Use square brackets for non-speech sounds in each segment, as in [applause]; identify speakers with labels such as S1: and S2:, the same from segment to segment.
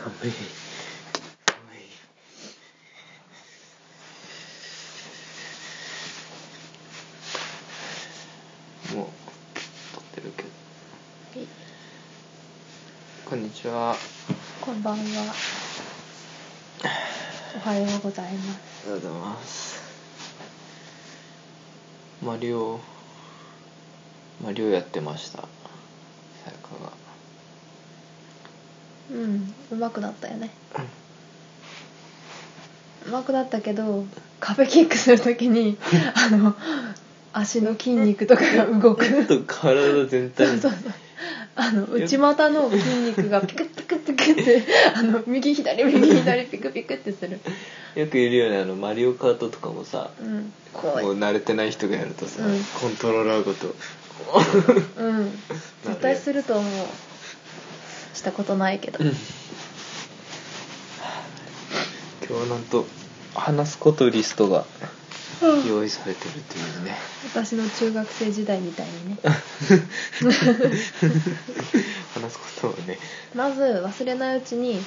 S1: 寒い。寒い。もう、撮ってるけど。
S2: はい
S1: こんにちは。
S2: こんばんは。おはようございます。
S1: ありがとうございます。マリオ、マリオやってました。さやかが。
S2: うん、上手くなったよね。上手くなったけど、壁キックするとき
S1: [laughs]
S2: に、あの、足の筋肉とかが
S1: [laughs]
S2: 動く。
S1: ちょっと体全
S2: そう
S1: 体
S2: [laughs] そう
S1: に
S2: そう。あの内股の筋肉がピクピクピク
S1: [laughs]
S2: ってあの右左右左ピクピクってする、
S1: よくいるよね、あの、マリオカートとかもさ、
S2: うん、
S1: も
S2: 怖いう
S1: 慣れてない人がやるとさ、
S2: うん
S1: コントローラーごと
S2: うん絶対すると思うしたことないけ
S1: う
S2: ど
S1: ん [laughs] 今日なんと話すことリストが用意されてるというね
S2: 私の中学生時代みたいにね
S1: [laughs] 話すことをね
S2: まず忘れないうちに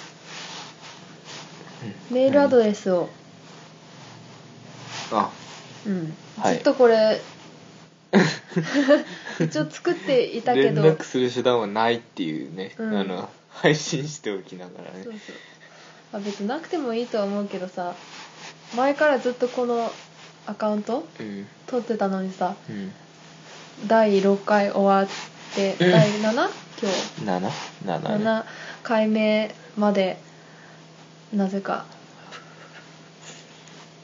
S2: メールアド
S1: レ
S2: レスを、
S1: ス、あ
S2: うん
S1: はい
S2: ずっと
S1: [laughs]
S2: これ一応作っていたけ
S1: 連
S2: ど
S1: 絡する手段はないっていうね、
S2: うん
S1: あの配信しておきながらね
S2: そうそうまあ、別になくてもいいとは思うけどさ前からずっとこのアカウント
S1: うん
S2: 撮ってたのにさ
S1: うん
S2: 第6回終わって
S1: うん
S2: 第 7? 今日
S1: 77 7
S2: 7回目までなぜか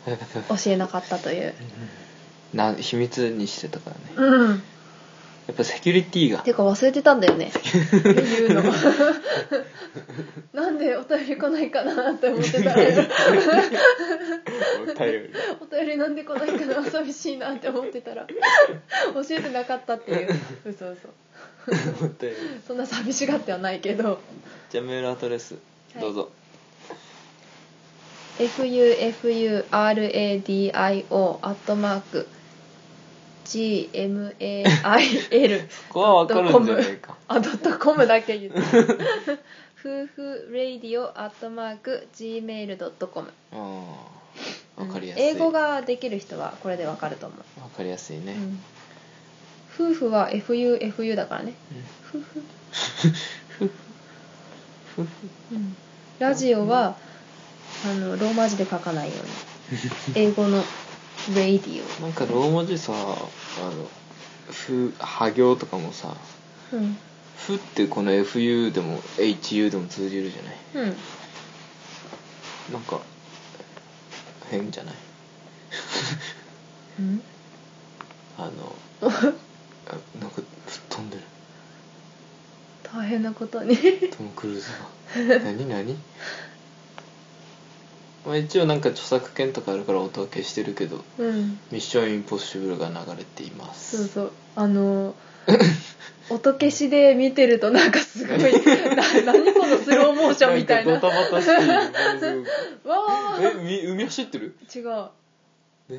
S2: 教えなかったという
S1: な秘密にしてたからね、や
S2: うん
S1: っぱセキュリティが
S2: てか忘れてたんだよね言 [laughs] うのなんでお便り来ないかなって思ってた
S1: お便
S2: [laughs]
S1: り
S2: お便りなんで来ないかな寂しいなって思ってたら教えてなかったっていう嘘嘘
S1: お便り
S2: そんな寂しがってはないけど
S1: じゃあメールアドレス、
S2: はい
S1: どうぞ
S2: fufuradio アットマーク gmail
S1: ここは分かるんじゃないか
S2: あドットコムだ
S1: [laughs]
S2: け言って夫婦 radio アットマーク gmail.com
S1: うん分かりやすい、
S2: 英語ができる人はこれでわかると思う、
S1: 分かりやすいね、
S2: うん夫婦は fufu だからね夫婦
S1: うん
S2: うんラジオはあのローマ字で書かないよ
S1: [laughs]
S2: うに英語の「レイディ
S1: なんかローマ字さあの「ふ」「は行」とかもさ
S2: オ」うん
S1: 「ふ」ってこの FU でも HU でも通じるじゃない
S2: うん
S1: なんか変じゃない [laughs]
S2: うん
S1: あ
S2: [laughs]
S1: のあなんか吹っ飛んでる
S2: 大変なことに
S1: トム・クルーズが何何まあ一応なんか著作権とかあるから音は消してるけど
S2: うん
S1: 「ミッション・インポッシブル」が流れていま
S2: そう
S1: す
S2: そう
S1: [laughs]
S2: あの音消しで見てるとなんかすごいな何このスローモーションみたいな
S1: なんか
S2: わ
S1: バタバタして
S2: [laughs] あ
S1: え海海走ってる
S2: 違う
S1: 何あれ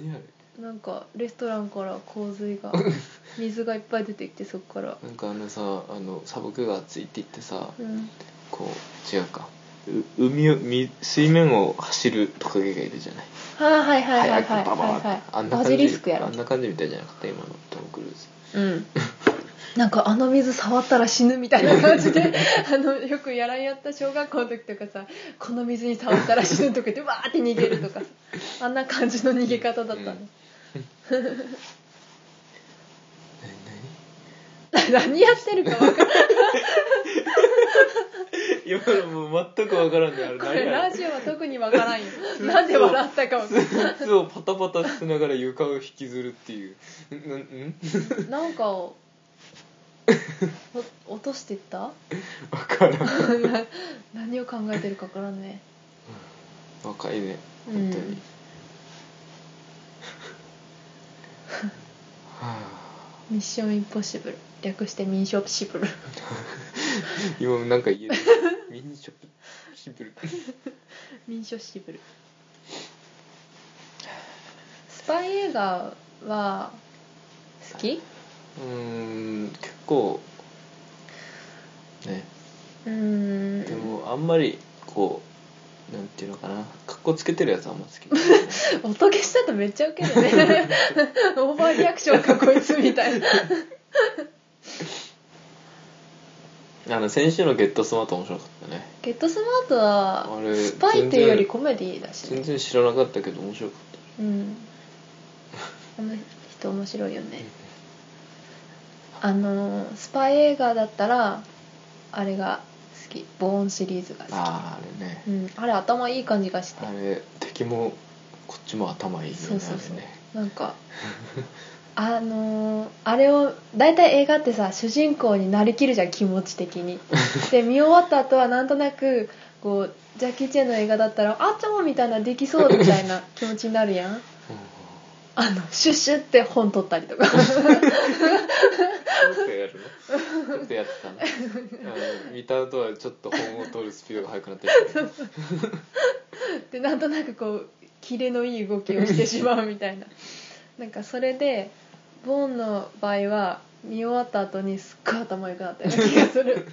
S2: なんかレストランから洪水
S1: [laughs]
S2: が水がいっぱい出てきてそこから
S1: なんかあのさあの砂漠が熱いって言ってさ
S2: うん
S1: こう違うかう海をみ水面を走るトカゲがいるじゃない
S2: あーはいはいはいはい
S1: 早くバババって
S2: は
S1: あ
S2: い
S1: んな
S2: バ
S1: 感
S2: ジ
S1: じ
S2: リスクやろ
S1: あんな感じみたいじゃなかった今のトム・クルーズ
S2: [laughs] うん、なんかあの水触ったら死ぬみたいな感じで [laughs] あのよくやらんやった小学校の時とかさこの水に触ったら死ぬとか言ってわーって逃げるとかさあんな感じの逃げ方だったね、
S1: 何何
S2: [laughs] 何やってるか分かんない
S1: 今のもう全く分からんねあれ
S2: これ
S1: 何
S2: [laughs]
S1: や
S2: ラジオは特に分からんよなんで笑ったか分か
S1: スーツをパタパタしながら床を引きずるっていうんん
S2: んないなんかをお落としてった [laughs]
S1: 分からん
S2: 何を考えてるか分からんね
S1: 若いね
S2: う
S1: 本
S2: ん
S1: 当に、 [laughs] はあ
S2: 「ミッションインポッシブル」略して「ミンショッシブル
S1: 今もなんか
S2: [laughs]
S1: 言えるミニショップシンプル」
S2: 「ミンショッシブル」スパイ映画は好き
S1: うーん結構ね
S2: うーん
S1: でもあんまりこうなんていうのかな格好つけてるやつはあんま好きじゃない
S2: 音消したとめっちゃウケ
S1: [laughs]
S2: るねオーバーリアクションかこいつみたいな [laughs]
S1: あの先週のゲットスマート面白かったね
S2: ゲットスマート
S1: あ
S2: は
S1: れ
S2: スパイっていうよりコメディだし、
S1: 全
S2: ね、
S1: 然知らなかったけど面白かっ
S2: うんあの人面白いよねあのスパイ映画だったらあれが好きボーンシリーズが
S1: た
S2: 好
S1: あああれね
S2: き、うん、あれ頭いい感じがして
S1: あれ敵もこっちも頭いいよね
S2: そうそうそ
S1: あ
S2: う
S1: れね
S2: なんかあのーあれを大体映画ってさ主人公になりきるじゃん気持ち的にで見終わった後はなんとなくこうジャッキー・チェンの映画だったら「あっちゃん」みたいなできそうみたいな気持ちになるやん [laughs] あのシュッシュって本取ったりとか
S1: ちょっとやるのちょっとやってたねあの見た後はちょっと本を取るスピードが速くなってきたね
S2: でなんとなくこうキレのいい動きをしてしまうみたいななんかそれでボーンの場合は見終わった後にすっごい頭良くなったような気がする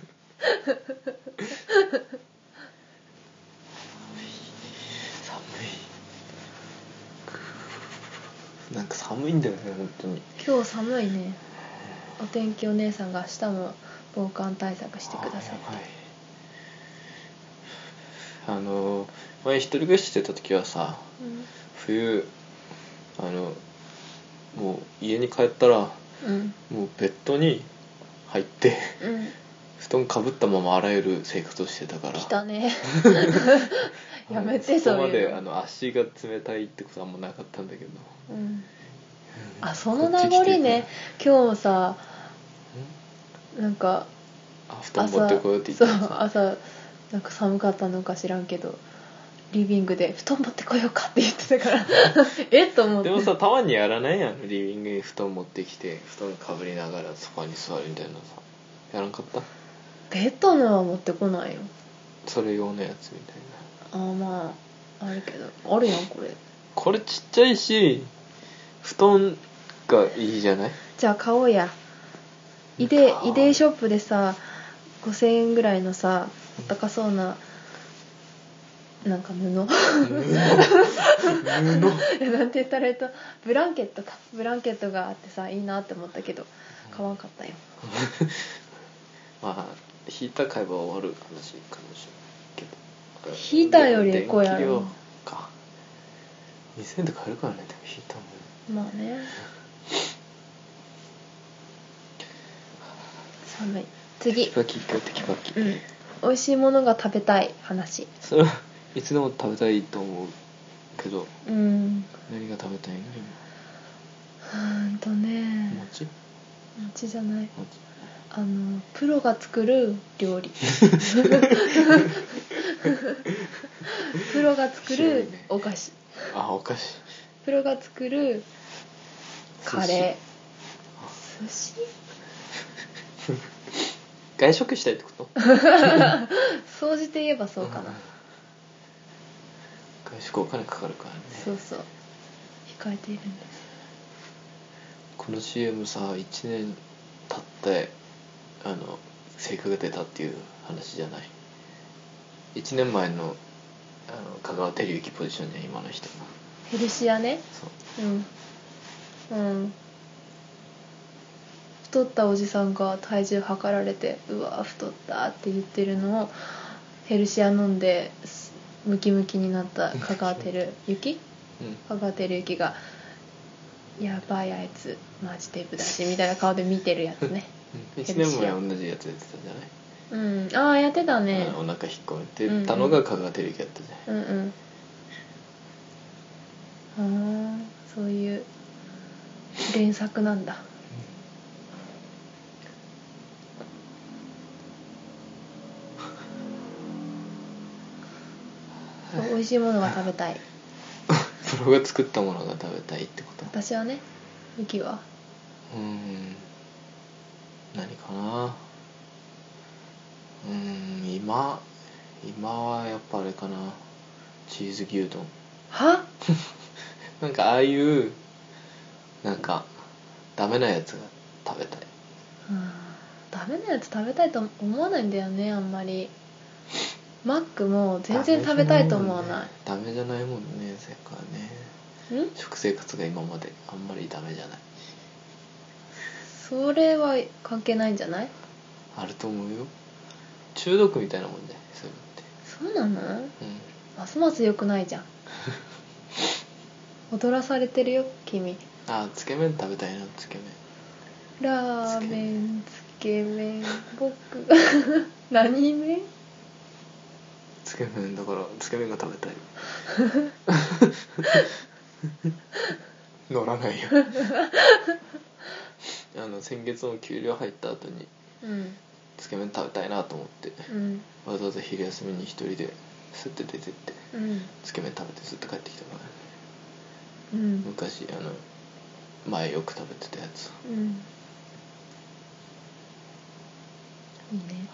S1: 寒いなんか寒いんだよね本当に
S2: 今日寒いねお天気お姉さんが明日も防寒対策してください
S1: はいあの前一人暮らししてた時はさ冬あのもう家に帰ったら
S2: うんうん
S1: もうベッドに入って
S2: うん
S1: 布団かぶったまま洗える生活をしてたから
S2: 来た [laughs] ねやめ
S1: あ
S2: て
S1: のそ
S2: そ
S1: こ
S2: う
S1: ま
S2: い
S1: であ
S2: うの、
S1: の足が冷たいってことはあんまなかったんだけど
S2: うん、あその名残ね今日もさなんか
S1: あ布団持
S2: 朝
S1: ってこようって言っ
S2: そ
S1: て
S2: う
S1: さ
S2: 朝なんか寒かったのか知らんけどリビングで「布団持ってこようか」って言ってた [laughs] からえっと思って
S1: でもさたまにやらないやんリビングに布団持ってきて布団かぶりながらソファに座るみたいなさやらんかった
S2: ベッドのは持ってこないよ
S1: それ用のやつみたいな
S2: あーまああるけどあるやんこれ
S1: これちっちゃいし布団がいいじゃない
S2: じゃあ買おうやイデ
S1: 買おう
S2: イデイショップでさ5000円ぐらいのさあったかそうななんか布 [laughs]
S1: 布布
S2: なんて言ったらえっとブランケットかブランケットがあってさいいなって思ったけど買わんかったよ
S1: [laughs] まあ引いた買えば終わる話かもしれないけど
S2: ヒーターよりエコやろ
S1: 電気量か2000円で買えるからねでも引いたもん
S2: まあね寒い次
S1: バキバキバキ
S2: うん美味しいものが食べたい話
S1: それはいつでも食べたいと思うけど
S2: うん
S1: 何が食べたいの
S2: うーんと
S1: 今
S2: ね
S1: 餅
S2: 餅じゃない
S1: 餅
S2: あのプロが作る料 [laughs] 理プロが作
S1: 白い
S2: る
S1: ね
S2: お菓子
S1: あお菓子
S2: プロが作るカレー寿司
S1: 外食したいってこと
S2: 総じて言えばそうかな、
S1: ん外食お金かかるからね
S2: そうそう控えているんです
S1: この CM さ1年経ってあの成果が出たっていう話じゃない1年前のあの香川照之ポジションじゃん今の人が
S2: ヘルシアね
S1: そう
S2: うんうん太ったおじさんが体重測られて「うわ太った」って言ってるのをヘルシア飲んですムキムキになった香川 [laughs] 照之
S1: うん
S2: 香川照之が「やばいあいつマジデブだし」みたいな顔で見てるやつね [laughs]
S1: 1年前は同じやつやってたじゃない
S2: うんああやってたね
S1: あのお腹引っ込めてたのが香川照之やったじゃない、
S2: うんうんああそういう連作なんだ美味しいものが食べたい
S1: [laughs] プロが作ったものが食べたいってこと
S2: 私はねミキは
S1: うーん何かなうーん今今はやっぱあれかなチーズ牛丼
S2: は
S1: なんかああいうなんかダメなやつが食べたい
S2: うんダメなやつ食べたいと思わないんだよねあんまりマックも全然食べたいと思わない
S1: ダメじゃないもんねせっかくね
S2: ん
S1: 食生活が今まであんまりダメじゃない
S2: それは関係ないんじゃない
S1: あると思うよ中毒みたいなもんじゃないそういう
S2: そうなの
S1: のって
S2: ますます良くないじゃん踊らされてるよ君
S1: うんあーつけ麺食べたいなつけ麺
S2: ラーメンつけ麺僕何麺
S1: つけ麺だからつけ麺が食
S2: [laughs]
S1: べたい乗らないよあの先月の給料入った後に
S2: うん
S1: つけ麺食べたいなと思って
S2: うん
S1: わざわざ昼休みに一人ですって出てって
S2: うん
S1: つけ麺食べてすって帰ってきたからね
S2: うん
S1: 昔あの前よく食べてたやつ
S2: うんいいね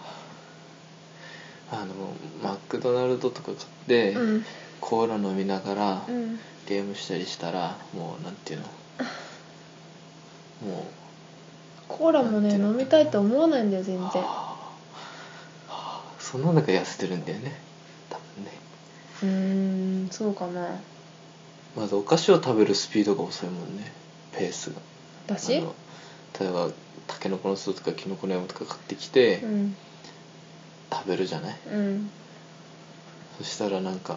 S1: あのマクドナルドとか買って、
S2: うん
S1: コーラ飲みながら、
S2: うん
S1: ゲームしたりしたらもうなんていうのも
S2: コーラも
S1: なん
S2: ね
S1: ていうの
S2: 飲みたいと思わないんだよ全
S1: う
S2: 然
S1: はあはあそんな中痩せてるんだよね多分ね
S2: うーんそうかな
S1: まずお菓子を食べるスピードが遅いもんねペースが
S2: 私
S1: あの例えばタケノコの巣とかキノコの山とか買ってきて、
S2: うん
S1: 食べるじゃない
S2: うん
S1: そしたらなんか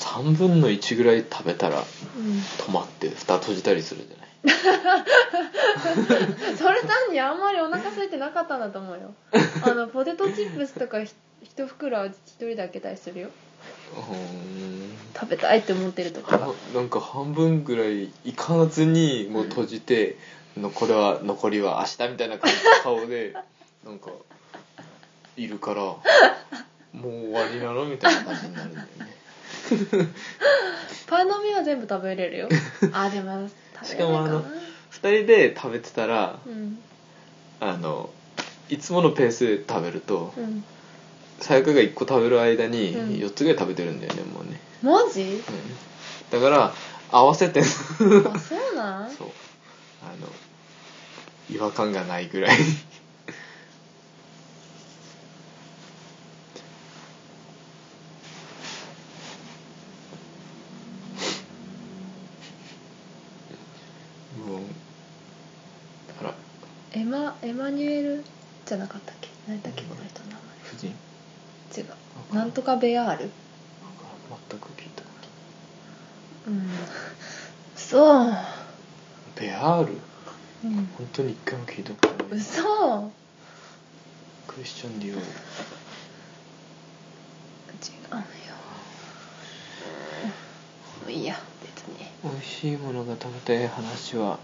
S1: 3分の1ぐらい食べたら
S2: うん
S1: 止まって蓋閉じたりするじゃない
S2: [laughs] それ単にあんまりお腹空いてなかったんだと思 [laughs] うよあのポテトチップスとかひ一袋一人で開けたりするよ
S1: う
S2: 食べたいって思ってるとか
S1: ーんなんか半分ぐらいいかずにもう閉じて、のこれは残りは明日みたいな感じの顔
S2: [laughs]
S1: でなんかいるからもう終わりなのみたいな感じになるんだよね
S2: パイの実は全部食べれるよ [laughs] あでも食べれないか
S1: しかも
S2: な
S1: あの2人で食べてたら
S2: うん
S1: あのいつものペースで食べると
S2: うん
S1: さやかが1個食べる間に
S2: うん
S1: 4つぐらい食べてるんだよねもうね、
S2: マジ
S1: うん、だから合わせて
S2: あそうなん
S1: そうあの違和感がないぐらいもうあら
S2: エマエマニュエルじゃなかったっけ何だっけこの人の名
S1: 夫人
S2: 前違うなんとかベアー
S1: なん
S2: ル
S1: か全く聞いたこと
S2: うんそう
S1: ないベアール
S2: うん
S1: 本当に一回も聞いたことない
S2: 嘘
S1: クリスチャン・ディオール
S2: 違うのようんいいや別に
S1: 美味しいものが食べたい話は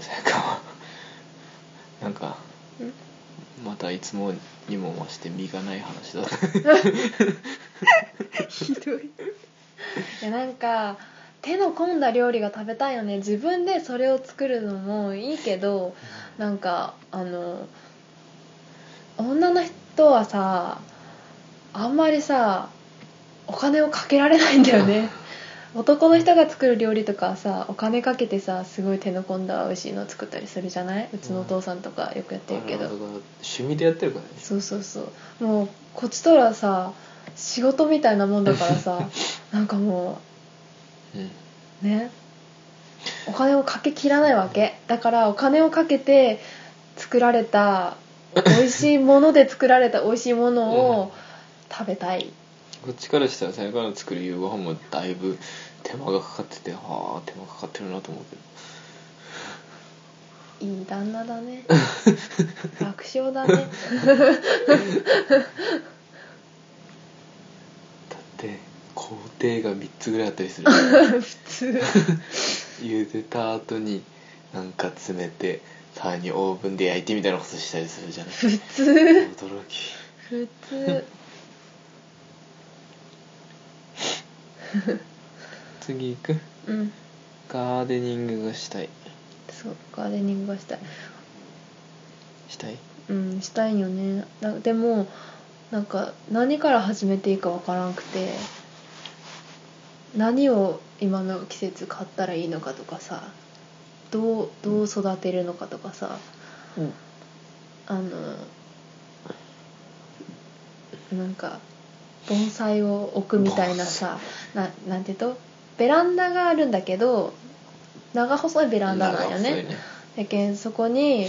S1: さやかはなんか
S2: ん
S1: またいつもにも増して身がない話だった
S2: [laughs] ひどいやなんか手の込んだ料理が食べたいよね自分でそれを作るのもいいけどなんかあの女の人はさあんまりさお金をかけられないんだよ [laughs] ね男の人が作る料理とかはさお金かけてさすごい手の込んだ美味しいのを作ったりするじゃないうちのお父さんとかよくやってるけど、
S1: あのだから趣味でやってるからね
S2: そうそうそうもうこっちとらさ仕事みたいなもんだからさなんかも
S1: うん
S2: うねお金をかけきらないわけだからお金をかけて作られた美味しいもので作られた美味しいものを食べたい、
S1: こっちからしたらさやかの作る夕ご飯もだいぶ手間がかかっててはあ手間かかってるなと思うけど
S2: いい旦那だね楽勝だね
S1: だって工程が3つぐらいあったり
S2: [laughs]
S1: する
S2: 普通
S1: 茹でた後になんか詰めてさらにオーブンで焼いてみたいなことしたりするじゃない
S2: 普通
S1: 驚き
S2: 普通
S1: 次行く
S2: うん
S1: ガーデニングがしたい
S2: そうガーデニングがしたい
S1: したい
S2: うんしたいよねなでもなんか何から始めていいかわからんくて何を今の季節買ったらいいのかとかさどうどう育てるのかとかさ
S1: うん
S2: あのなんか盆栽を置くみたいなさななんていうとベランダがあるんだけど長細いベランダなんよねだけんそこに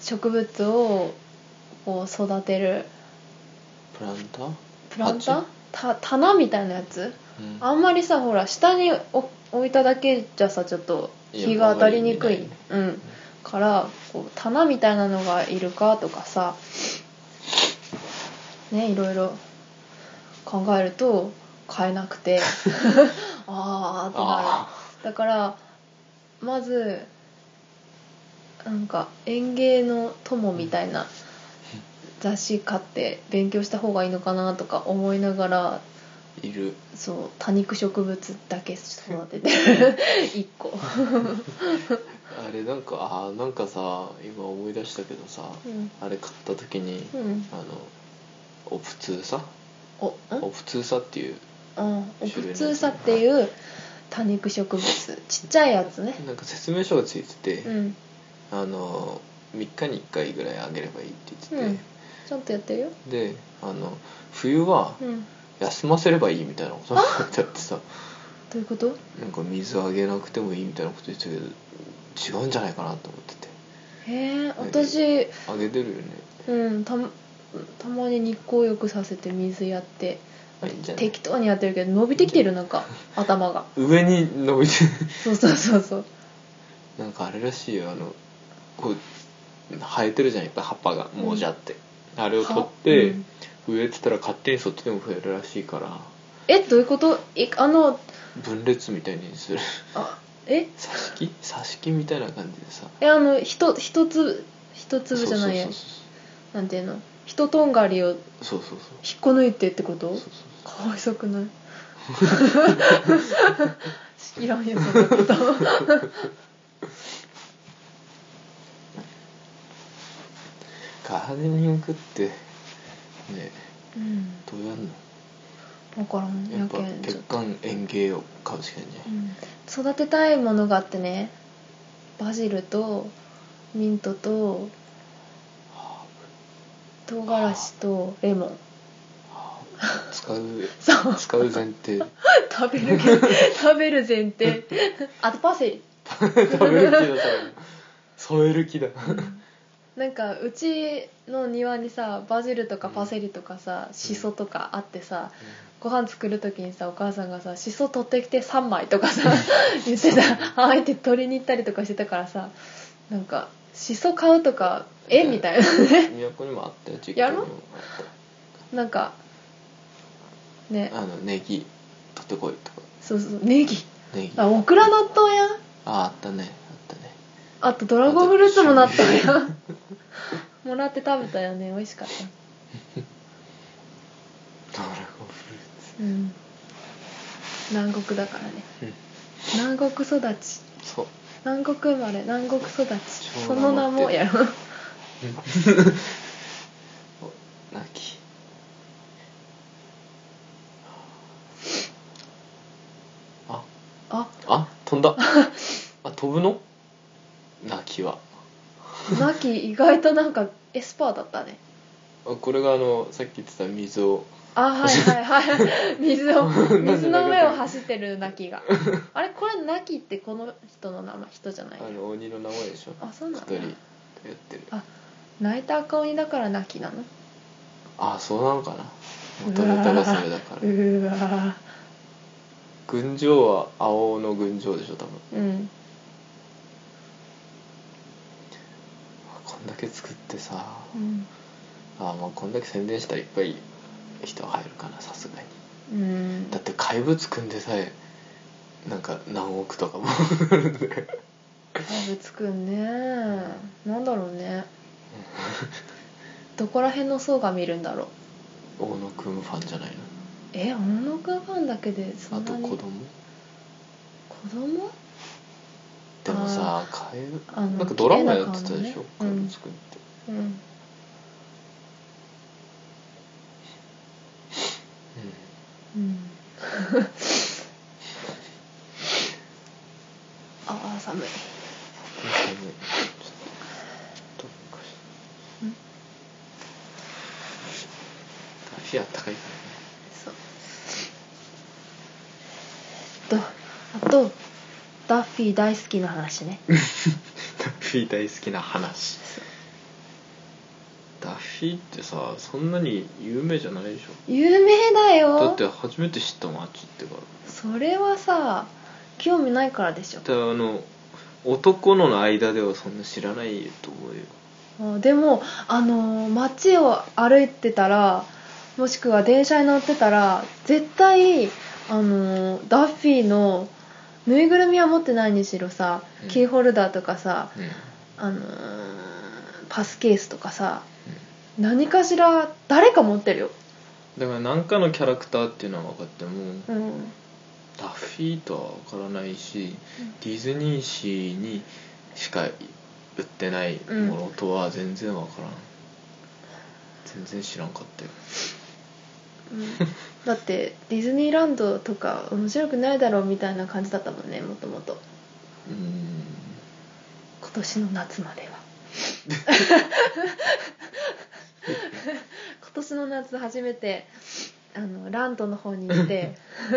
S2: 植物をこう育てる
S1: プランター
S2: プラン
S1: あ
S2: ター
S1: っち
S2: た棚みたいなやつ
S1: うん
S2: あんまりさほら下に置置いただけじゃさちょっと日が当たりにくい
S1: いや
S2: うんからこう棚みたいなのがいるかとかさねいろいろ考えると買えなくてああ
S1: あ
S2: ってなるだからまずなんか「園芸の友」みたいな雑誌買って勉強した方がいいのかなとか思いながら
S1: ーいる
S2: そう多肉植物だけ育ててる一個
S1: あれなんかあーなんかさ今思い出したけどさ
S2: うん、
S1: あれ買った時に
S2: うん、
S1: あのオプツーサ
S2: おん
S1: オプツーサっていう
S2: うんオプツーサっていう多肉植物ちっちゃいやつね
S1: なんか説明書がついてて、
S2: うん
S1: あの3日に1回ぐらいあげればいいって言
S2: う
S1: って
S2: んちゃんとやってるよ
S1: て、であの冬は
S2: うんど
S1: 休ませればいいみたいなことになっちゃってさ
S2: ういうこと
S1: なんか水あげなくてもいいみたいなこと言ってたけど違うんじゃないかなと思ってて
S2: へえ私
S1: あげてるよね
S2: うんたまたまに日光浴させて水やって
S1: あいいんじゃない
S2: 適当にやってるけど伸びてきてるなん [laughs] か頭が
S1: 上に伸びて
S2: [laughs] そうそうそうそう
S1: なんかあれらしいよあのこう生えてるじゃんいっぱい葉っぱがもじゃって、あれを取っ
S2: は
S1: て
S2: うん
S1: 植えてたら勝手にそっちでも増えるらしいから
S2: えどういうことえあの
S1: 分裂みたいにする
S2: あえ
S1: 挿し木挿し木みたいな感じでさ
S2: えあのひと一粒一粒じゃないや
S1: そう
S2: なんていうの一とんがりを
S1: そうそうそうそう
S2: 引っこ抜いてってこと
S1: そうそうそう
S2: かわいそう
S1: [laughs]
S2: くないいらんやそんなこと
S1: ガーデニングってね
S2: うん
S1: どうやんの
S2: 分からん
S1: や
S2: や
S1: っぱ
S2: けんち
S1: 月
S2: ょっと、
S1: 間園芸を買うしかないんじゃ
S2: う
S1: ない
S2: ん、育てたいものがあってねバジルとミントと
S1: ハ
S2: 唐辛子とレモン
S1: ーブ使う
S2: そう [laughs]
S1: 使う前提
S2: 食べるけど食べる前提あとパセリ
S1: [laughs] 食べる気だ食べる添える気 [laughs] だ
S2: なんかうちの庭にさバジルとかパセリとかさ、シソとかあってさ、ご飯作る時にさお母さんがさしそ取ってきて3枚とかさ [laughs] 言ってさあえて取りに行ったりとかしてたからさなんかしそ買うとかえみたいな [laughs] ね
S1: 都にもあったよ実
S2: や
S1: 家にも
S2: ろなんか
S1: あっ
S2: ね
S1: たあのネギ取ってこいとか
S2: そうそうネギ
S1: ネギあ
S2: あオクラ納豆やん
S1: あったねあったね
S2: あとドラゴンフルーツも納豆やん [laughs] もらって食べたよね美味しかった
S1: ドラゴンフルー
S2: うん南国だからね
S1: ツうん
S2: 南国育ち
S1: そう
S2: 南国生まれ南国育ち
S1: そう
S2: その
S1: 名乗
S2: 名
S1: っ
S2: も
S1: て
S2: や
S1: [laughs]
S2: ろ
S1: 泣きあ
S2: あ
S1: あ飛 [laughs] んだあ飛ぶの泣きは
S2: ナキ意外となんかエスパーだったね
S1: あこれがあのさっき言ってた水を
S2: あはいはいはい
S1: [laughs]
S2: 水を水の上を走ってるナキがあれこれナキってこの人の名前人じゃない
S1: あの鬼の名前でしょ
S2: あそうなん
S1: 一
S2: だ
S1: 人やってる
S2: 泣いた赤鬼だからナキなの
S1: あそうなのかなもともとがそれだから
S2: うわ
S1: 群青は青の群青でしょ多分
S2: うん
S1: こんだけ作ってさ
S2: うん
S1: あまあこんだけ宣伝したらいっぱい人入るかなさすがに
S2: うん
S1: だって怪物くんでさえなんか何億とかも [laughs]
S2: 怪物くんねなんだろうねどこら辺の層が見るんだろう
S1: 大野くんファンじゃない
S2: え小野くんファンだけでそ
S1: のあ
S2: ん
S1: と
S2: なに
S1: 子供
S2: 子供
S1: でもさ怪物
S2: あの
S1: なんかドラマやってたでしょ
S2: 綺麗な顔
S1: 怪
S2: の
S1: 物
S2: ね
S1: くんって
S2: うん、うんうん、 [laughs] ああ寒い
S1: うんなんかねちょっとどっかし
S2: ん
S1: いやあったかいから
S2: そうえっとあとダッフィー大好きな話ね
S1: ねダッフィー大好きな話ダッフィーってさそんなに有名じゃないでしょ
S2: 有名だよ
S1: だって初めて知ったもんあっちってから
S2: それはさ興味ないからでしょ
S1: だってあの男のの間ではそんな知らないと思うよ
S2: あでもあのー街を歩いてたらもしくは電車に乗ってたら絶対あのーダッフィーのぬいぐるみは持ってないにしろさ
S1: うん
S2: キーホルダーとかさ、
S1: うん、うん
S2: あのーパスケースとかさ何かしら誰か持ってるよ、
S1: だから何かのキャラクターっていうのは分かっても [laughs]
S2: うん、
S1: ダッフィーとは分からないしディズニーシーにしか売ってないものとは全然分からん、全然知らんかったよ
S2: うんだってディズニーランドとか面白くないだろうみたいな感じだったもんねもともと
S1: うーん
S2: 今年の
S1: [laughs]
S2: 夏までは今年の夏初めてあのランドの方に行って
S1: [laughs]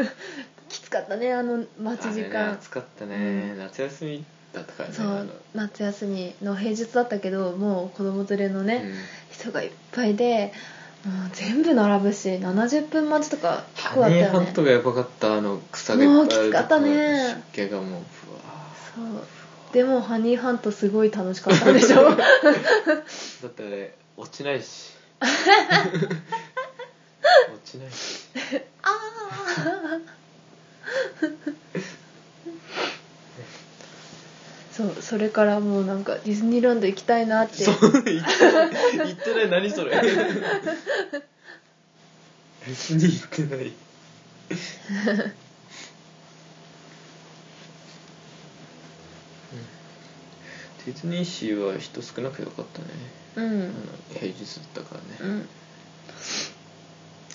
S2: きつかったねあの待ち時
S1: あれね
S2: 間、
S1: 暑かったね、
S2: う
S1: 夏休みだったからね
S2: そ
S1: あ
S2: う夏休みの平日だったけどもう子供連れのね、
S1: のうん
S2: 人がいっぱいでもう全部並ぶし70分待ちとか結構あ
S1: ハ
S2: った
S1: ニー
S2: よ
S1: ハ
S2: ね
S1: ットがやばかったあの草がいっぱいあるとこ
S2: もうきつかったね
S1: 湿気がもうふわ
S2: そうでもハニーハントすごい楽しかったでしょ
S1: ーだってあれ落ちないし
S2: [laughs]
S1: 落ちないし
S2: ああそうそれからもうなんかディズニーランド行きたいなって
S1: そう言ってない言ってない何
S2: [laughs]
S1: それ別に言ってないディズニーシーは人少なくてよかったね、
S2: うん、
S1: あの平日だったからね、
S2: うん、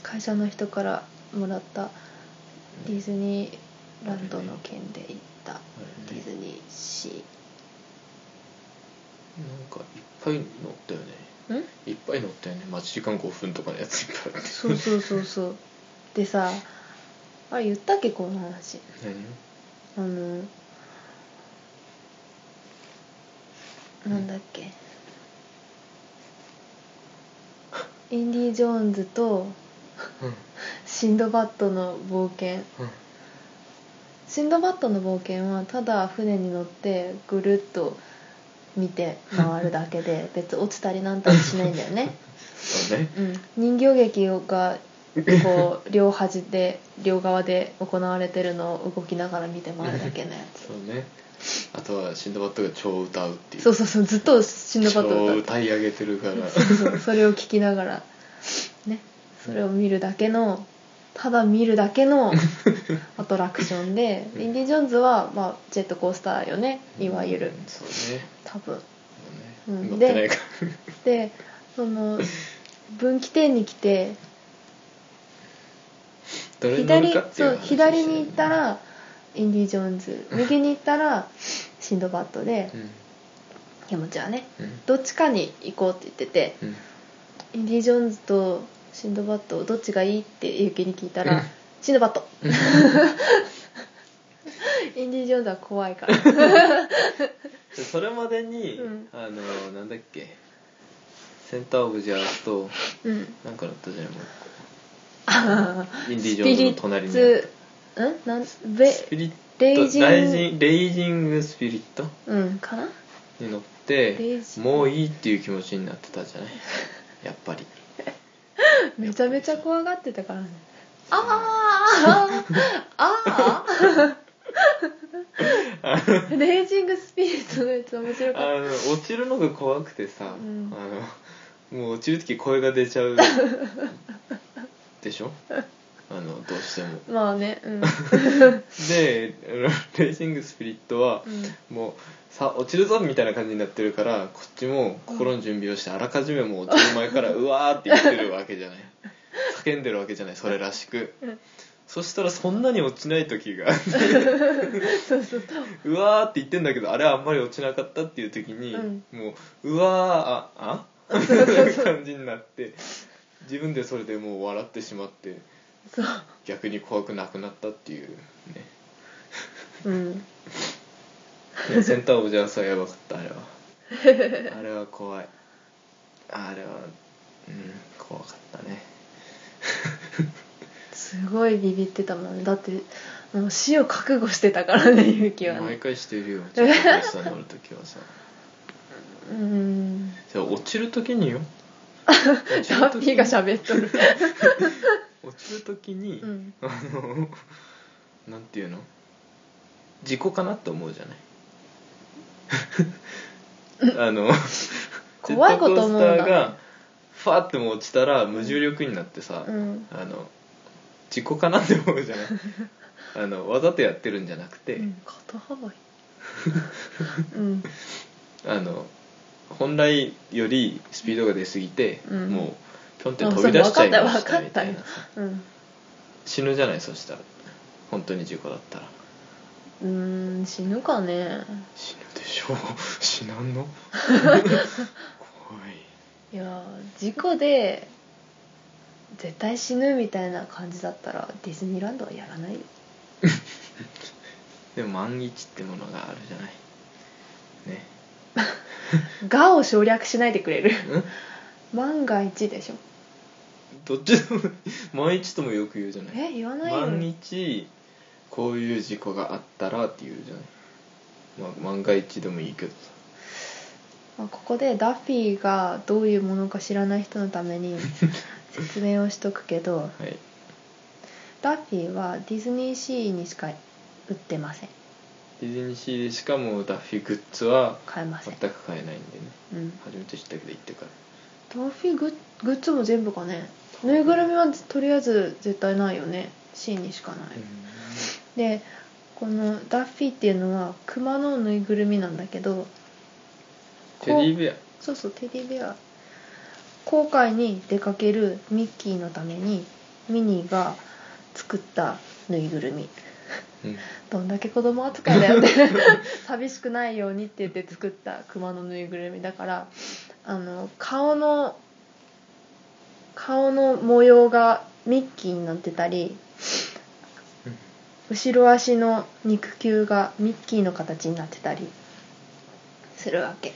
S2: 会社の人からもらったディズニーランドの券で行った
S1: あ
S2: デ
S1: れね
S2: ィズニーシ
S1: なんかいっぱい乗ったよね
S2: ーん
S1: いっぱい乗ったよね待ち時間5分とかのやついっぱいあって
S2: そうそうそうそうでさあれ言ったっけこの話
S1: 何
S2: あのなんだっけ、インディ・ジョーンズと
S1: うん
S2: シンドバッドの冒険
S1: うん
S2: シンドバッドの冒険はただ船に乗ってぐるっと見て回るだけで別に落ちたりなんたりしないんだよね、
S1: そうね
S2: うん、人形劇がこう両端で両側で行われてるのを動きながら見て回るだけのやつ
S1: そうねあとはシンドバッドが超歌うっていう
S2: そうそうそうずっとシンドバッド
S1: 超
S2: だった
S1: 歌い上げてるから
S2: そうそうそれを聞きながらねそれを見るだけのただ見るだけ
S1: [laughs]
S2: のアトラクションでインディ・ジョーンズは、まあ、ジェットコースターよねいわゆる
S1: うんそうね
S2: 多分
S1: そうね
S2: うん
S1: 乗ってないか
S2: でその分岐点に来て
S1: らどれに乗る
S2: 左
S1: かってい
S2: そう
S1: 話
S2: う
S1: ですよね
S2: 左に行ったらインディ・ジョーンズ右に行ったらシンドバッドで
S1: うん
S2: 気持ちはね
S1: うん
S2: どっちかに行こうって言ってて
S1: うん
S2: インディ・ジョーンズとシンドバッドどっちがいいってゆきに聞いた
S1: うん
S2: らシンドバッド
S1: うん
S2: [laughs] インディ・ジョーンズは怖いから
S1: でそれまでに
S2: うん
S1: あのなんだっけセンターオブジャースと
S2: うん
S1: なんか乗ったじゃないもう
S2: あ
S1: 一
S2: ー
S1: 個インディ・ジョーン
S2: スピ
S1: ズ
S2: リ
S1: の隣
S2: ッ
S1: にあった
S2: ツんなんベ
S1: スピリット
S2: レイジン
S1: レイジンレイジングスピリット
S2: うんかな
S1: に乗って
S2: レイジン
S1: もういいっていう気持ちになってたじゃないやっぱ
S2: [laughs]
S1: り
S2: めちゃめちゃ怖がってたからねあーあーレイジングスピリットのやつ面白
S1: あ
S2: かっ
S1: の落ちるのが怖くてさ、
S2: うん
S1: あのもう落ちる時声が出ちゃ
S2: [laughs]
S1: うでしょあのどうしても
S2: たまあね
S1: [laughs]
S2: うん、うん、
S1: であのレイジングスピリットはもうさ落ちるぞみたいな感じになってるからこっちも心の準備をしてあらかじめもう落ちる前からうわーって言ってるわけじゃない叫んでるわけじゃないそれらしく
S2: うん
S1: そしたらそんなに落ちない時が
S2: そうそうそう
S1: うわーって言ってんだけどあれはあんまり落ちなかったっていう時に、
S2: うん
S1: もううわーああみたいな感じになって [laughs] 自分でそれでもう笑ってしまって
S2: そう
S1: 逆に怖くなくなったっていうね
S2: うん
S1: いやセンターオブジャースはやばかったあれはあれは怖いあれはうん怖かったね
S2: すごいビビってたもんだってもう死を覚悟してたからねゆうきは、
S1: [laughs] 毎
S2: ね、
S1: 回してるよちょっとお客さん乗る時はさ
S2: うん
S1: じゃあ落ちる時
S2: [laughs]
S1: によ落ち
S2: ラ
S1: る
S2: ッ
S1: 時
S2: ピーが喋っ
S1: [laughs]
S2: とる、
S1: 落ちる時に、
S2: うん、
S1: あのなんていうの事故かなって思うじゃない
S2: [laughs]
S1: あの
S2: 怖いこと思うんだね
S1: ジェットコースターがファーってもう落ちたら無重力になってさ、
S2: うん
S1: あの事故かなって思う
S2: [laughs]
S1: じゃないあのわざとやってるんじゃなくて、
S2: うん肩
S1: [laughs]
S2: 幅いうん
S1: あの本来よりスピードが出すぎて、
S2: うん
S1: もうピョンって飛び出しちゃいまし
S2: あそう
S1: た
S2: 分
S1: み
S2: かった
S1: た
S2: 分
S1: い
S2: か
S1: なさ
S2: うん
S1: 死ぬじゃないそしたら本当に事故だったら
S2: うーん死ぬかね
S1: 死ぬでしょう [laughs] 死なん [laughs] の怖い
S2: いやー事故で絶対死ぬみたいな感じだったらディズニーランドはやらないよ
S1: でも万一ってものがあるじゃないね
S2: がを省略しないでくれる
S1: うん
S2: 万が一でしょ
S1: どっちで [laughs] も万一ともよく言うじゃない
S2: え言わないよ
S1: 万一こういう事故があったらって言うじゃない、まあ、万が一でもいいけどさ
S2: まあここでダッフィーがどういうものか知らない人のために説明をしとくけど
S1: はい
S2: ダッフィーはディズニーシーにしか売ってません
S1: ディズニーシーでしかもうダッフィーグッズは
S2: 買えませ
S1: 全
S2: ん、
S1: く買えないんでね
S2: うん、
S1: 初めて知ったけど言ってから
S2: ダッフィーグッグッズも全部かねぬいぐるみはとりあえず絶対ないよねシーンにしかない、でこのダッフィーっていうのは熊のぬいぐるみなんだけど
S1: テディベア
S2: そうそうテディベア航海に出かけるミッキーのためにミニーが作ったぬいぐるみ
S1: うん
S2: どんだけ子供扱いだよって [laughs] 寂しくないようにって言って作った熊のぬいぐるみだからあの顔の顔の模様がミッキーになってたり
S1: うん
S2: 後ろ足の肉球がミッキーの形になってたりするわけ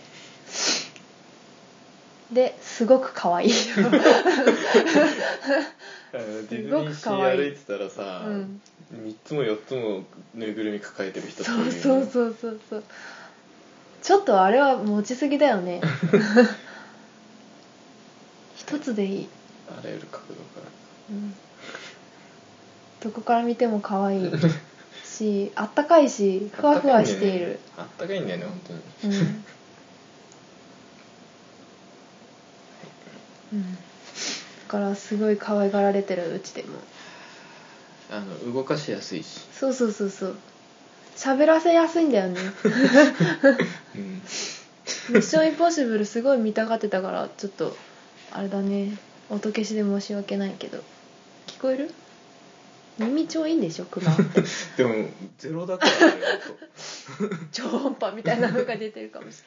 S2: ですごく可愛いよ
S1: あのディ
S2: す
S1: ズニ
S2: ご
S1: ー
S2: く
S1: シ
S2: 可愛
S1: ー
S2: い
S1: 歩いてたらさ、
S2: [laughs] うん
S1: 3つも4つもぬいぐるみ抱えてる人ってい
S2: そうう
S1: ね
S2: そうそうそうそうちょっとあれは持ちすぎだよ
S1: [laughs]
S2: ね一つでいい、
S1: あらゆる角度から
S2: うん、どこから見ても可愛いしあったかいしふわふわしている
S1: あったかいんだよね本当に
S2: うん、うん、だからすごい可愛がられてるうちでも
S1: あの動かしやすいし、
S2: そうそうそうそう喋らせやすいんだよね
S1: うん、
S2: [laughs] ミッションインポッシブルすごい見たがってたからちょっとあれだね音消しで申し訳ないけど聞こえる耳超いいんでしょクマ [laughs]
S1: でもゼロだからね
S2: 超音波みたいなのが出てるかもし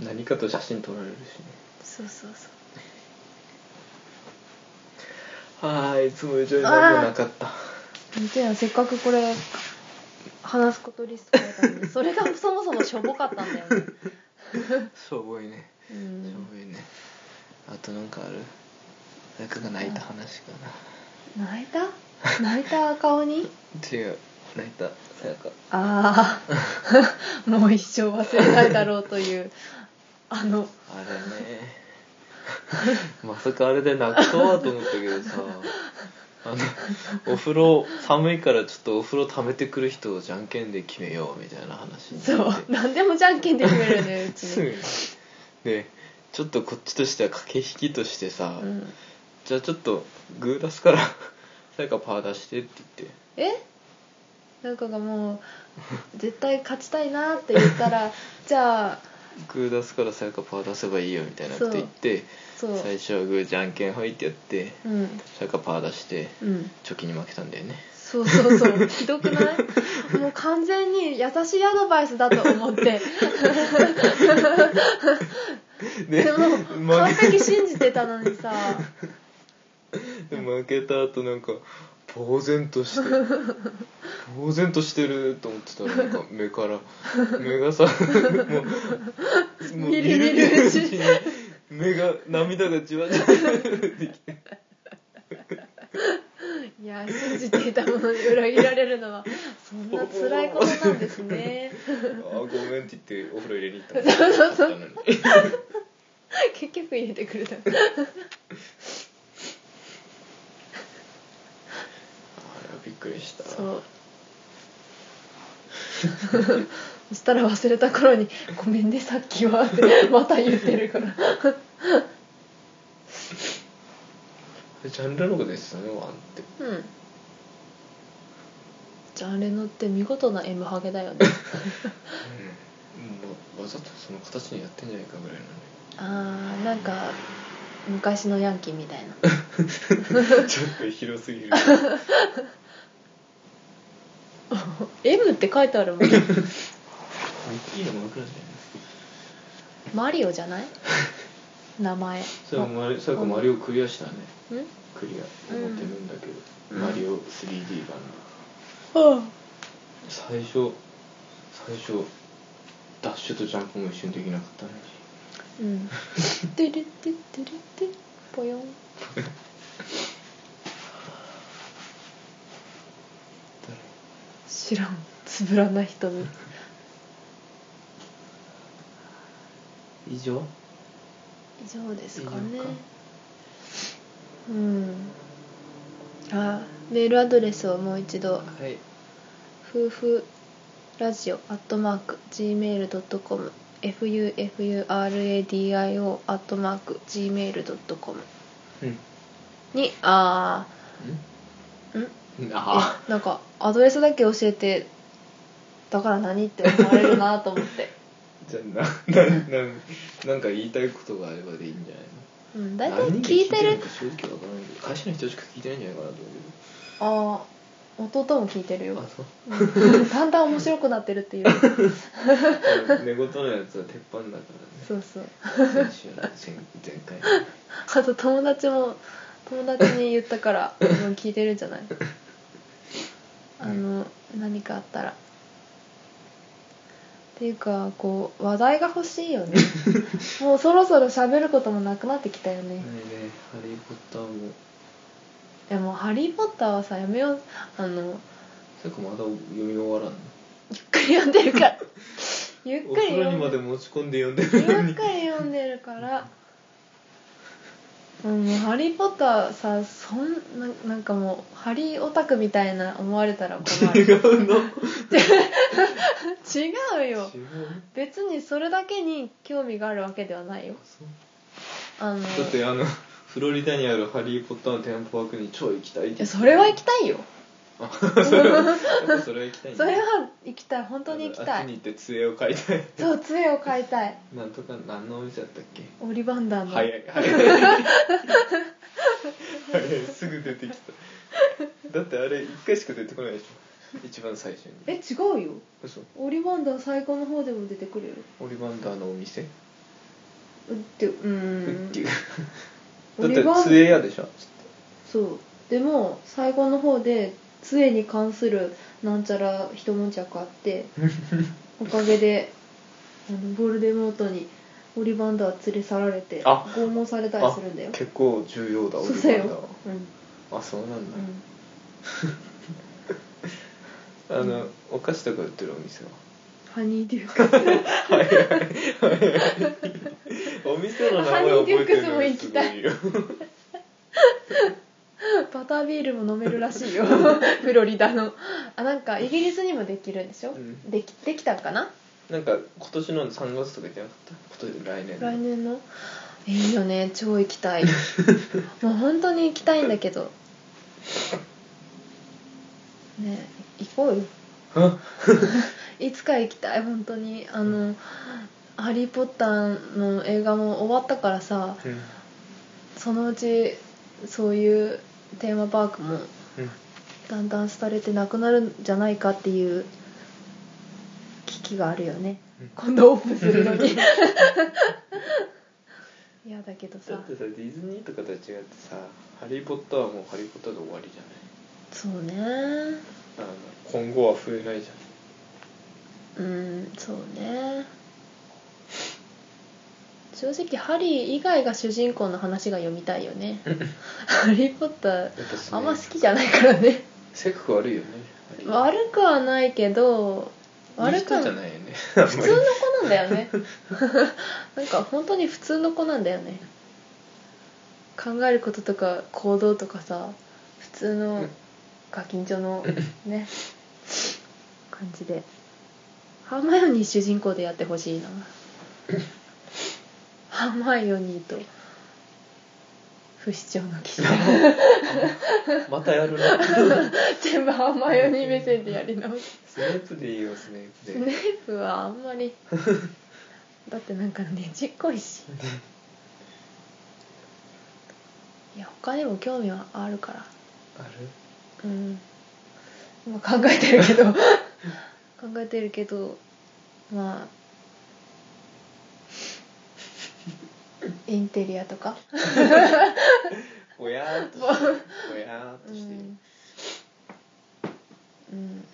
S1: 音何かと写真撮られるしね
S2: れないそうそうそ
S1: はーいいつも以上に何もなかった
S2: う見てよせっかくこれ話すことリスト書いたのに [laughs] それがそもそもしょぼかったんだよね
S1: しょぼいね
S2: う
S1: し
S2: ん
S1: ょぼいねあとなんかある誰かが泣いた話か
S2: 泣いた泣いた顔に
S1: な違う泣いたさやか
S2: ああ [laughs] もう一生忘れないだろうというあの
S1: あれねまさかあれで泣くとはと思ったけどさあのお風呂寒いからちょっとお風呂溜めてくる人をじゃんけんで決めようみたいな話に
S2: そ
S1: なっ
S2: [laughs] う何でもじゃんけんで決めるよねう
S1: て
S2: ち
S1: すぐに
S2: ね
S1: でちょっとこっちとしては駆け引きとしてさ、
S2: うん、
S1: じゃあちょっとグー出すからさやかパー出してって言って
S2: えなんかがもう絶対勝ちたいなって言った [laughs] らじゃあ
S1: グー出すからさやかパー出せばいいよみたいなこと言って
S2: そう
S1: 最初はグーじゃんけんほいってやって
S2: うん
S1: さやかパー出して
S2: うん
S1: 貯金に負けたんだよね
S2: そそうそうそうひどくない [laughs] もう完全に優しいアドバイスだと思って
S1: で
S2: でも
S1: 負
S2: 完
S1: け
S2: 璧信じてたのに [laughs] さ
S1: で負けた後なんか呆然と
S2: [laughs]
S1: して呆然としてると思ってたらなんか目から目がさも
S2: [laughs]
S1: うもう
S2: みるみるうちに
S1: 目が涙がじわ
S2: [laughs]
S1: じわ出てきて
S2: いや信じていたものに裏切られるのはそんな辛いことなんです [laughs] ね
S1: 「あーごめん」って言ってお風呂入れに行ったの
S2: そうそう
S1: あったのに
S2: 結局入れてくれた
S1: あれはびっくりした
S2: そう [laughs] そしたら忘れた頃に「ごめんねさっきは」 [laughs] ってまた言ってるから
S1: ジャンルのことですよねワンって
S2: うんジャンレノって見事な M ハゲだ [laughs] よね
S1: うんわわざとその形にやってんじゃないかぐらいなのに
S2: あーなんか昔のヤンキーみたい [laughs] な [laughs]
S1: ちょっと広すぎる
S2: 「M」って書いてあるもん
S1: いいのもなくなっちゃいます
S2: マリオじゃない名前
S1: それはマリそれかマリオクリアしたね
S2: うん
S1: クリア思ってるんだけど、
S2: うん
S1: マリオ 3D 版の
S2: [laughs] あ
S1: 最初最初ダッシュとジャンプも一瞬できなかったのに
S2: うん「てれてってれてぽよん」知らんつぶらな人に
S1: 以上
S2: 以上ですか
S1: 以
S2: ね
S1: 上か
S2: うんあメールアドレスをもう一度
S1: はい
S2: 夫婦ラジオアットマーク Gmail.com fufuradio アットマーク Gmail.com
S1: うん
S2: にあーん
S1: うんあ
S2: えなんかアドレスだけ教えてだから何って思われるなと
S1: [laughs]
S2: 思って、
S1: じゃあななななんか言いたいことがあればでいいんじゃないの
S2: うん、大体
S1: 何人で
S2: 聞いて
S1: る
S2: る
S1: のか正直わからないけど会社の人しか聞いてないんじゃないかなと思う
S2: ああ弟も聞いてるよ
S1: けどあそう
S2: うんだんだん面白くなってるっていう
S1: [laughs] 寝言のやつは鉄板 [laughs] だからね
S2: そう [laughs] そう
S1: 先週の前前回
S2: あと友達も友達に言ったから多分聞いてるんじゃないあの何かあったらっていうかこう話題が欲しいよねもうそろそろ喋ることもなくなってきたよね、
S1: ないね「ハリー・ポッター」も
S2: いやもう「ハリー・ポッター」はさやめようあの [laughs]
S1: それかまだ読み終わらんの
S2: ゆっくり読んでるからゆっ
S1: お
S2: くり
S1: 風呂
S2: 読
S1: に
S2: ん
S1: ま
S2: で
S1: で
S2: る
S1: 持ち込んで読んでるの
S2: ゆっ
S1: に
S2: くり読んでるからうん「ハリー・ポッターさ」そんななんかもうハリーオタクみたいな思われたら困
S1: [laughs] 違
S2: る
S1: うの
S2: 違うよ
S1: 違う
S2: 別にそれだけに興味があるわけではないよ
S1: そう
S2: あ
S1: [laughs]
S2: の
S1: だってあのフロリダにある「ハリー・ポッター」のテーマパークに超行きたいっ
S2: い
S1: て
S2: やそれは行
S1: き
S2: きたいよ
S1: たいそれは行きたいん
S2: そ
S1: だ
S2: れは行きたい本当に行きた
S1: あっちに
S2: い
S1: 行って杖を買いたい
S2: そう杖を買いたい
S1: なんとか何のお店だったっけ
S2: オリバンダーの
S1: 早い早い早いすぐ出てき [laughs] ただってあれ一回しか出てこないでしょ一番最初に
S2: え違うよ
S1: 嘘
S2: オリバンダー最後の方でも出てくるよ
S1: オリバンダーのお店、
S2: うってうーん [laughs]
S1: っていう
S2: オリ
S1: だっ
S2: バ
S1: て
S2: ン
S1: 杖屋でしょ
S2: そうでも最後の方で杖に関するなんちゃら一悶着あって
S1: [laughs]
S2: おかげであのボルデモートにオリバンダー連れ去られて
S1: あ
S2: 拷問されたりするんだよ
S1: 結構重要だオリ
S2: そう
S1: バンダー
S2: だよ
S1: は、
S2: うん
S1: あそうなんだ、
S2: う
S1: あのお菓子とか売ってるお店は
S2: ん、ハニーデュ
S1: [laughs]
S2: ーク
S1: お店の名前覚えてるのがすごいよ
S2: バタービールも飲めるら
S1: [laughs]
S2: しいよフロリダのあなんかイギリスにもできるんでしょ、
S1: うん
S2: できできたんかな
S1: なんか今年の3月とかじゃなかった今年来年の
S2: 来年のいいよね超行きた
S1: [laughs]
S2: いもう本当に行きたいんだけどね行こうよ
S1: あ
S2: いつか行きたい本当にあの「ハリー・ポッター」の映画も終わったからさ
S1: うん
S2: そのうちそういうテーマパークも
S1: うん
S2: だんだん廃れてなくなるんじゃないかっていう危機があるよね
S1: うん
S2: 今度オープンするの
S1: [laughs]
S2: にいやだけど
S1: だ
S2: さ
S1: ってさディズニーとかとは違ってさ「ハリー・ポッター」はもう「ハリー・ポッター」で終わりじゃな
S2: そうね
S1: いあの今後は増えないじゃん
S2: うんそうね正直ハリー以外が主人公の話が読みたいよねハリー・ポッター
S1: やっぱそ
S2: あ
S1: の
S2: んま好きじゃないからね
S1: 性格悪いよね
S2: 悪くはないけど
S1: いい
S2: 悪く
S1: 人
S2: はな
S1: じ
S2: い
S1: ゃないよね
S2: 普通の子なんだよねなんか本当に普通の子なんだよね考えることとか行動とかさ普通のガキンチョのね感じでハーマイオニー主人公でやってほしいなハーマイオニーと不死鳥の騎士
S1: またやるな
S2: 全部ハーマイオニー目線でやり直す
S1: スネープでいいよスネープ
S2: ス
S1: で
S2: ネープはあんまりだってなんかねちっこいしいや他にも興味はあるから
S1: ある
S2: うん今考えてるけど考えてるけどまあインテリアとか、
S1: ぼやーっと
S2: ぼ
S1: してぼやーっ
S2: う
S1: として
S2: んうん、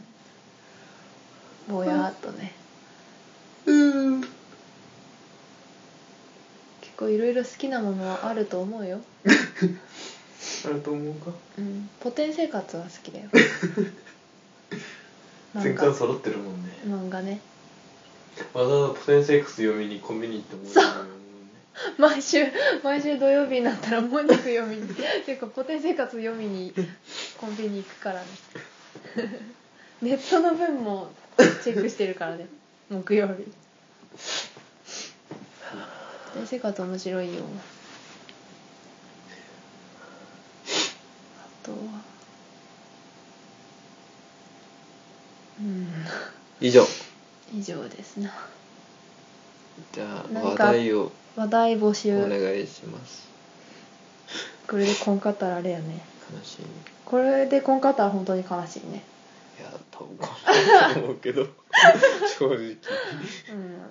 S2: ぼやーっとね
S1: うん
S2: 結構いろいろ好きなものはあると思うよ
S1: あると思うか
S2: うん、ポテン生活は好きだよ漫
S1: 全
S2: 画
S1: 巻揃ってるもんね
S2: 漫画ね
S1: わざわざポテンセックス読みにコンビニ行ってもらうもんね
S2: [laughs] 毎週毎週土曜日になったらモニク読みに [laughs] っていうかポテン生活読みにコンビニ行くからね [laughs] ネットの分もチェックしてるか
S1: [laughs]
S2: らね木曜日
S1: [sighs]
S2: ポテン生活面白いよあとはうん [laughs]
S1: 以上
S2: 以上ですな
S1: じゃあ
S2: なん
S1: 話
S2: か
S1: 題を
S2: 話題募
S1: お
S2: 集
S1: 願いします
S2: これでこんかったらあれやね
S1: 悲しいね
S2: これでこんかったら本当に悲しいね
S1: いや多分こないと思うけど正直、
S2: うん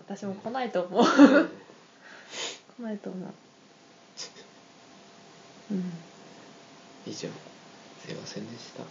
S2: 私も来ないと思う
S1: うん
S2: 来ないと思ううん
S1: 以上すいませんでした